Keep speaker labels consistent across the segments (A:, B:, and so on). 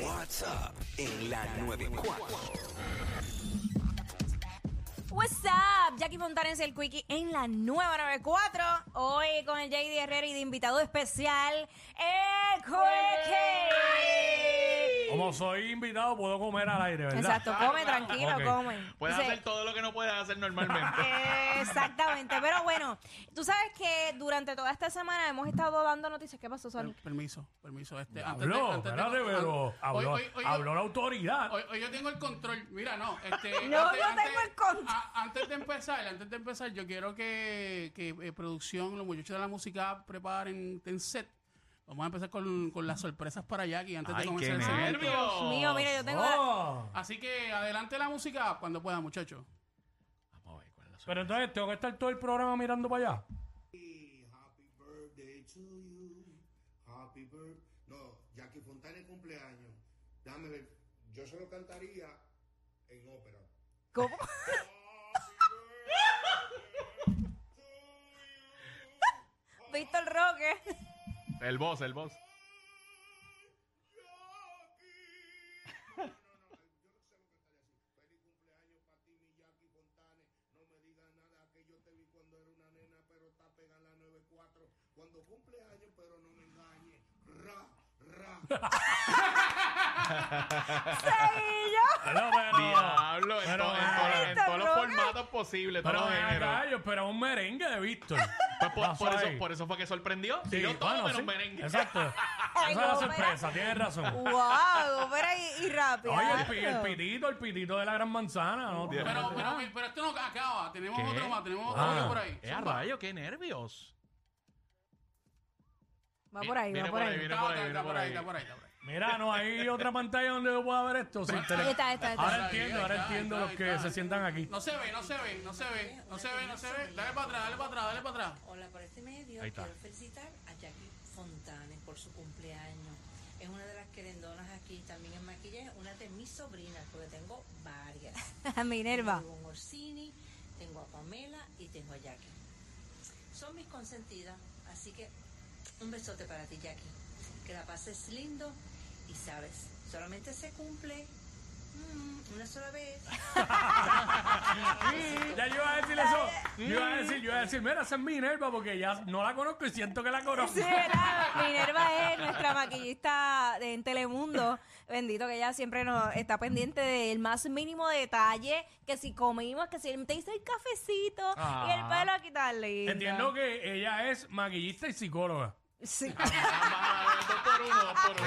A: What's up en la 94.
B: What's up, Jackie Fontanes, el Quickie en la nueva 94. Hoy con el JD Herrera y de invitado especial, el Quickie.
C: Como soy invitado, puedo comer al aire, ¿verdad?
B: Exacto, come tranquilo,
C: Ok.
B: come.
D: Puedes
B: Sí.
D: hacer todo lo que no puedes hacer normalmente.
B: Exactamente, pero bueno, tú sabes que durante toda esta semana hemos estado dando noticias. ¿Qué pasó, Sonic?
E: Per- Permiso, permiso. Este, antes de-
C: Habló,
E: antes de-
C: espérate, pero
E: an-
C: habló,
E: hoy- hoy- hoy-
C: habló la autoridad.
E: hoy- hoy yo tengo el control. Mira, no. Este,
B: No, yo tengo el control.
E: a- antes de empezar, antes de empezar, yo quiero que, que, eh, producción, los muchachos de la música preparen en set. Vamos a empezar con, con las sorpresas para Jackie antes de
D: Ay, qué
E: comenzar el
D: nervio.
E: segmento.
B: Dios mío, mira, yo tengo... la-
C: Oh,
E: Así que adelante la música cuando pueda, muchachos.
C: pero entonces tengo que estar todo el programa mirando para allá.
F: Happy birthday to you. Happy birthday. No, Jackie Fontana es cumpleaños. Déjame ver. Yo se lo cantaría en ópera.
B: ¿Cómo? Víctor Roque.
D: El boss, el boss.
F: Cuando cumple años, pero no me engañe. Ra, ra.
B: Seguillo.
C: Pero, pero-
D: Diablo, en,
C: pero,
D: to-
C: pero-
D: en to- en
B: Esto
D: todos los
B: roca.
D: formatos posibles, todos
C: pero
D: los
C: ven acá,
D: géneros.
C: yo esperaba un merengue de Víctor.
D: Pues por,
C: Pasó
D: por
C: ahí.
D: eso, por eso fue que sorprendió.
C: Sí,
D: Sí, yo todo
C: bueno,
D: menos
C: sí,
D: merengue.
C: Exacto. Esa es la
B: no,
C: sorpresa, tienes razón.
B: Wow, pero y, y rápido.
C: Oye, el, pi- el pitito, el pitito de la gran manzana, ¿no?
D: Dios.
E: Pero, pero, pero esto no acaba. Tenemos
D: ¿Qué?
E: otro más, tenemos otro
C: Ah.
E: audio por ahí.
D: ¡Eh, a rayo, qué nervios!
B: Va por ahí,
D: Viene
B: va por ahí.
D: viene
E: Está,
D: por ahí,
E: está,
D: viene
E: está por ahí, está
D: por
E: por ahí, está por ahí.
C: Mira, no hay otra pantalla donde yo pueda ver esto. sin tele-
B: Ahí está, ahí está, ahí está.
C: Ahora entiendo, ahora
E: Ahí está,
C: entiendo
E: ahí
C: los
E: está,
C: que
E: ahí
C: se
E: está.
C: sientan aquí.
E: No se ve, no se ve, no se ve, no se ve, no se ve. Dale para atrás, dale para atrás, dale para atrás.
G: Hola, por este medio
D: Ahí está.
G: quiero felicitar a Jackie Fontanes por su cumpleaños. Es una de las querendonas aquí, también en maquillaje, una de mis sobrinas, porque tengo varias.
B: Minerva.
G: Tengo a Ivonne Orsini, tengo a Pamela y tengo a Jackie. Son mis consentidas, así que un besote para ti, Jackie. Que la pases lindo y sabes, solamente se cumple mm, una sola vez.
C: Ya yo iba a decir eso. Yo iba a decir, yo iba a decir, mira, esa es Minerva porque ya no la conozco y siento que la conozco.
B: Sí, ¿verdad? Minerva es nuestra maquillista de- en Telemundo. Bendito que ella siempre nos está pendiente del más mínimo detalle. Que si comimos, que si te hice el cafecito y el pelo aquí tan lindo.
C: Ah. Entiendo que ella es maquillista y psicóloga.
B: Sí.
D: ahí. Dos por uno, dos por uno.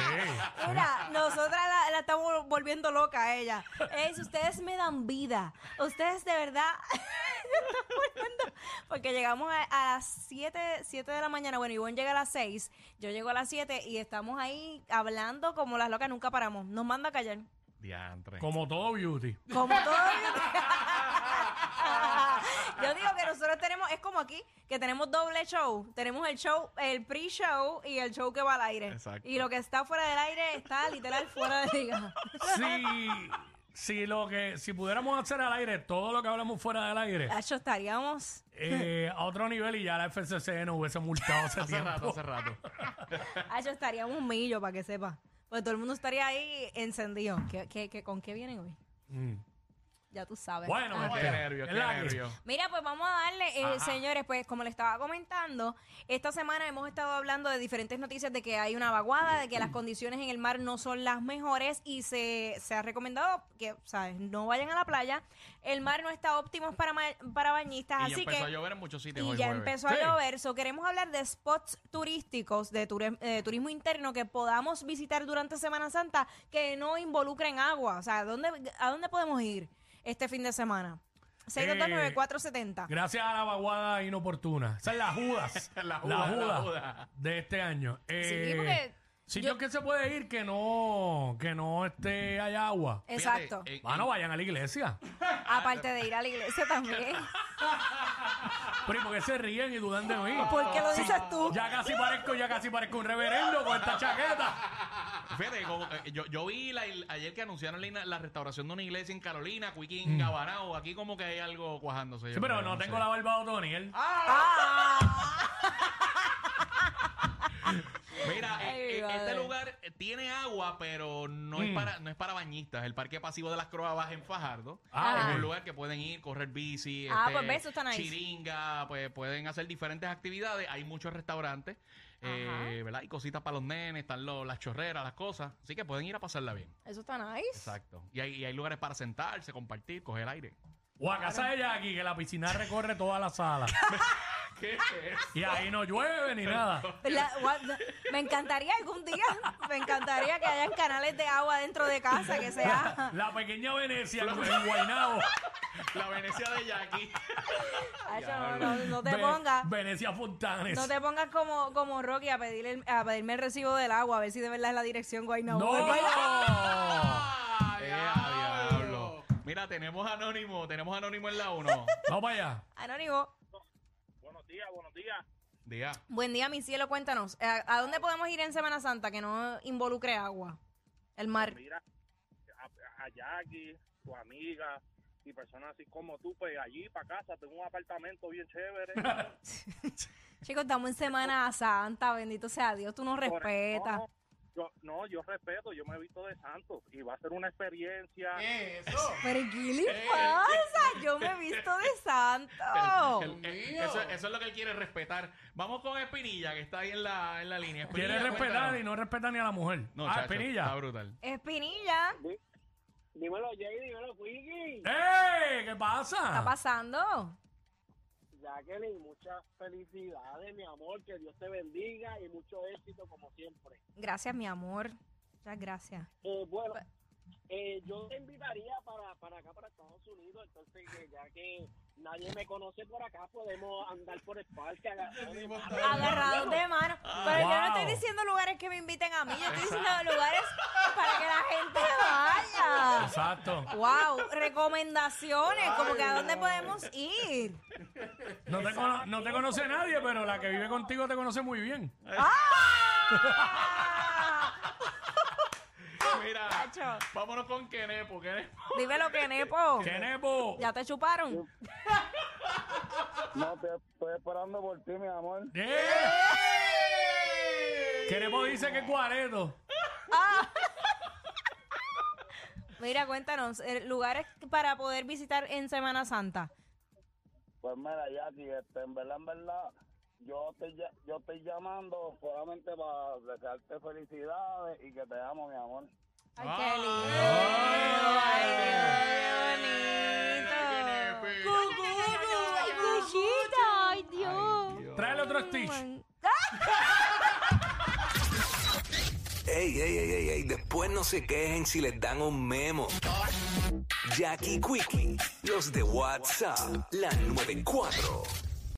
B: Mira, nosotras la, la estamos volviendo loca a ella. Ey, si ustedes me dan vida, ustedes de verdad. volviendo- Porque llegamos a, a las 7, 7 de la mañana. Bueno, Ivonne llega a las 6. Yo llego a las 7 y estamos ahí hablando como las locas, nunca paramos. Nos manda a callar.
D: Diantre.
C: Como todo beauty.
B: Como todo. Yo digo que nosotros tenemos, es como aquí, que tenemos doble show. Tenemos el show, el pre-show y el show que va al aire.
D: Exacto.
B: Y lo que está fuera del aire está literal fuera de liga.
C: Si, si lo que, si pudiéramos hacer al aire todo lo que hablamos fuera del aire,
B: Tacho, estaríamos.
C: eh, a otro nivel y ya la FCC nos hubiese multado hace
D: Hace rato,
C: tiempo.
D: hace rato.
B: Tacho, estaríamos un millo para que sepa. Pues todo el mundo estaría ahí encendido. ¿Qué, qué- qué- con qué vienen hoy? ya tú sabes.
C: Bueno,
B: Ah,
C: me
D: Qué nervios, qué
C: Es la que-
D: nervios.
B: Mira, pues vamos a darle, eh,
C: Ajá.
B: señores, pues como le estaba comentando, esta semana hemos estado hablando de diferentes noticias de que hay una vaguada, de que las condiciones en el mar no son las mejores y se, se ha recomendado que, ¿sabes? No vayan a la playa. El mar no está óptimo para, ma- para bañistas,
D: Y ya
B: así
D: empezó
B: Ah, que...
D: a llover en muchos sitios
B: Y
D: hoy
B: ya
D: jueves.
B: empezó
C: Sí.
B: a llover. So, queremos hablar de spots turísticos, de ture- eh, turismo interno que podamos visitar durante Semana Santa que no involucren agua. O sea, ¿a dónde, a dónde podemos ir este fin de semana? 6229470.
C: Gracias a la vaguada inoportuna. Esa es la Judas.
D: La Judas, la
C: Judas
D: Judas.
C: de este año. Eh,
B: porque
C: sitios
B: yo-
C: que se puede ir que no, que no esté haya agua.
D: Fíjate, eh,
B: Exacto.
D: en-
C: Mano,
D: en-
C: vayan a la iglesia.
B: Aparte de ir a la iglesia también.
C: Pero ¿y por qué se ríen y dudan de mí?
B: ¿Por qué lo
C: Sí,
B: dices tú?
C: Ya casi parezco, ya casi parezco un reverendo con esta chaqueta.
D: Fíjate, como, eh, yo, yo vi la- el- ayer que anunciaron la, la restauración de una iglesia en Carolina, Cuiquín, Gabanao. Aquí como que hay algo cuajándose. yo
C: Mm. Sí, pero
D: creo,
C: no tengo
D: sé.
C: la barba de Otoniel.
B: Ah,
D: Mira,
B: Ay,
D: eh, eh,
B: mi
D: este
B: madre.
D: lugar eh, tiene agua, pero no, es para, no es para bañistas. El parque pasivo de las Croas Bajas en Fajardo.
C: Ah,
D: es
C: ok.
D: un lugar que pueden ir, correr bici, este,
B: Ah, pues ve, eso está nice.
D: chiringa, pues pueden hacer diferentes actividades. Hay muchos restaurantes, eh, ¿verdad? Y cositas para los nenes, están los- las chorreras, las cosas. Así que pueden ir a pasarla bien.
B: Eso está nice.
D: Exacto. Y hay, y hay lugares para sentarse, compartir, coger aire.
C: O a casa de Jackie, que la piscina recorre toda la sala.
D: ¿Qué es?
C: Y ahí no llueve ni nada.
B: La- what the- me encantaría algún día, me encantaría que hayan canales de agua dentro de casa, que sea...
C: La pequeña Venecia en Guaynabo.
D: La Venecia de Jackie.
B: Ay, no, no, no te
C: Ve-
B: pongas.
C: Venecia Fontanes.
B: No te pongas como, como Rocky a, pedirle el- a pedirme el recibo del agua, a ver si de verdad es la dirección Guaynabo.
C: ¡No!
D: ¡Ah, diablo! Mira, tenemos anónimo, tenemos anónimo en la 1.
C: Vamos para allá.
B: Anónimo,
D: Día.
B: buen día, mi cielo, cuéntanos. ¿A, a dónde podemos ir en Semana Santa que no involucre agua? El mar.
H: mira a, a Jackie, tu amiga y personas así como tú, pues allí para casa tengo un apartamento bien chévere.
B: Chicos, estamos en Semana Santa, bendito sea Dios, tú nos respetas.
H: No, yo, no, yo respeto, yo me he visto de santo y va a ser una experiencia.
E: ¿Qué es eso?
B: Pero ¿qué le pasa? Yo me he visto de santo.
D: El- el- eh,
E: mío.
D: eso, eso es lo que él quiere respetar. Vamos con Espinilla, que está ahí en la, en la línea. Espinilla,
C: Quiere respetar
D: cuéntanos.
C: y no respeta ni a la mujer.
D: No,
C: ah,
D: chacho, Está
C: Espinilla.
D: brutal.
B: Espinilla, ¿qué
H: Dímelo, Jay, dímelo, Wiggy.
C: ¡Eh! ¿Qué pasa?
B: está pasando?
H: Jacqueline, muchas felicidades, mi amor, que Dios te bendiga y mucho éxito como siempre.
B: Gracias, mi amor. Muchas gracias.
H: Eh, bueno, eh, yo te invitaría para, para acá, para Estados Unidos, entonces que ya que nadie me conoce por acá, podemos andar por el parque. agarrar de mano.
B: Agarrados de mano. Pero yo no
C: wow.
B: estoy diciendo lugares que me inviten a mí, yo estoy diciendo lugares para que la gente vaya.
C: Exacto.
B: Wow, recomendaciones, como que a dónde podemos ir.
C: No te, cono- no te conoce nadie, pero la que vive contigo te conoce muy bien.
B: ¡Ah!
D: Mira,
B: Chacho.
D: vámonos con Kenepo. Kenepo.
B: Dímelo que Nepo.
C: Kenepo.
B: ¿Ya te chuparon?
H: No, te estoy esperando por ti, mi amor.
C: ¡Eh! Kenepo dice que es cuareto.
B: Mira, cuéntanos, eh, lugares para poder visitar en Semana Santa.
H: Pues mira, Jackie, este, en verdad, en verdad, yo te, ll- yo estoy llamando solamente para desearte felicidades y que te amo, mi amor.
B: Ay, qué lindo. Ay, Dios, qué bonito. Cucú, cucú, cucuta, ay, Dios.
C: Tráele otro Stitch.
A: Ey, ey, ey, ey, ey, después no se quejen si les dan un memo. Jackie Quickie, los de WhatsApp, la 94.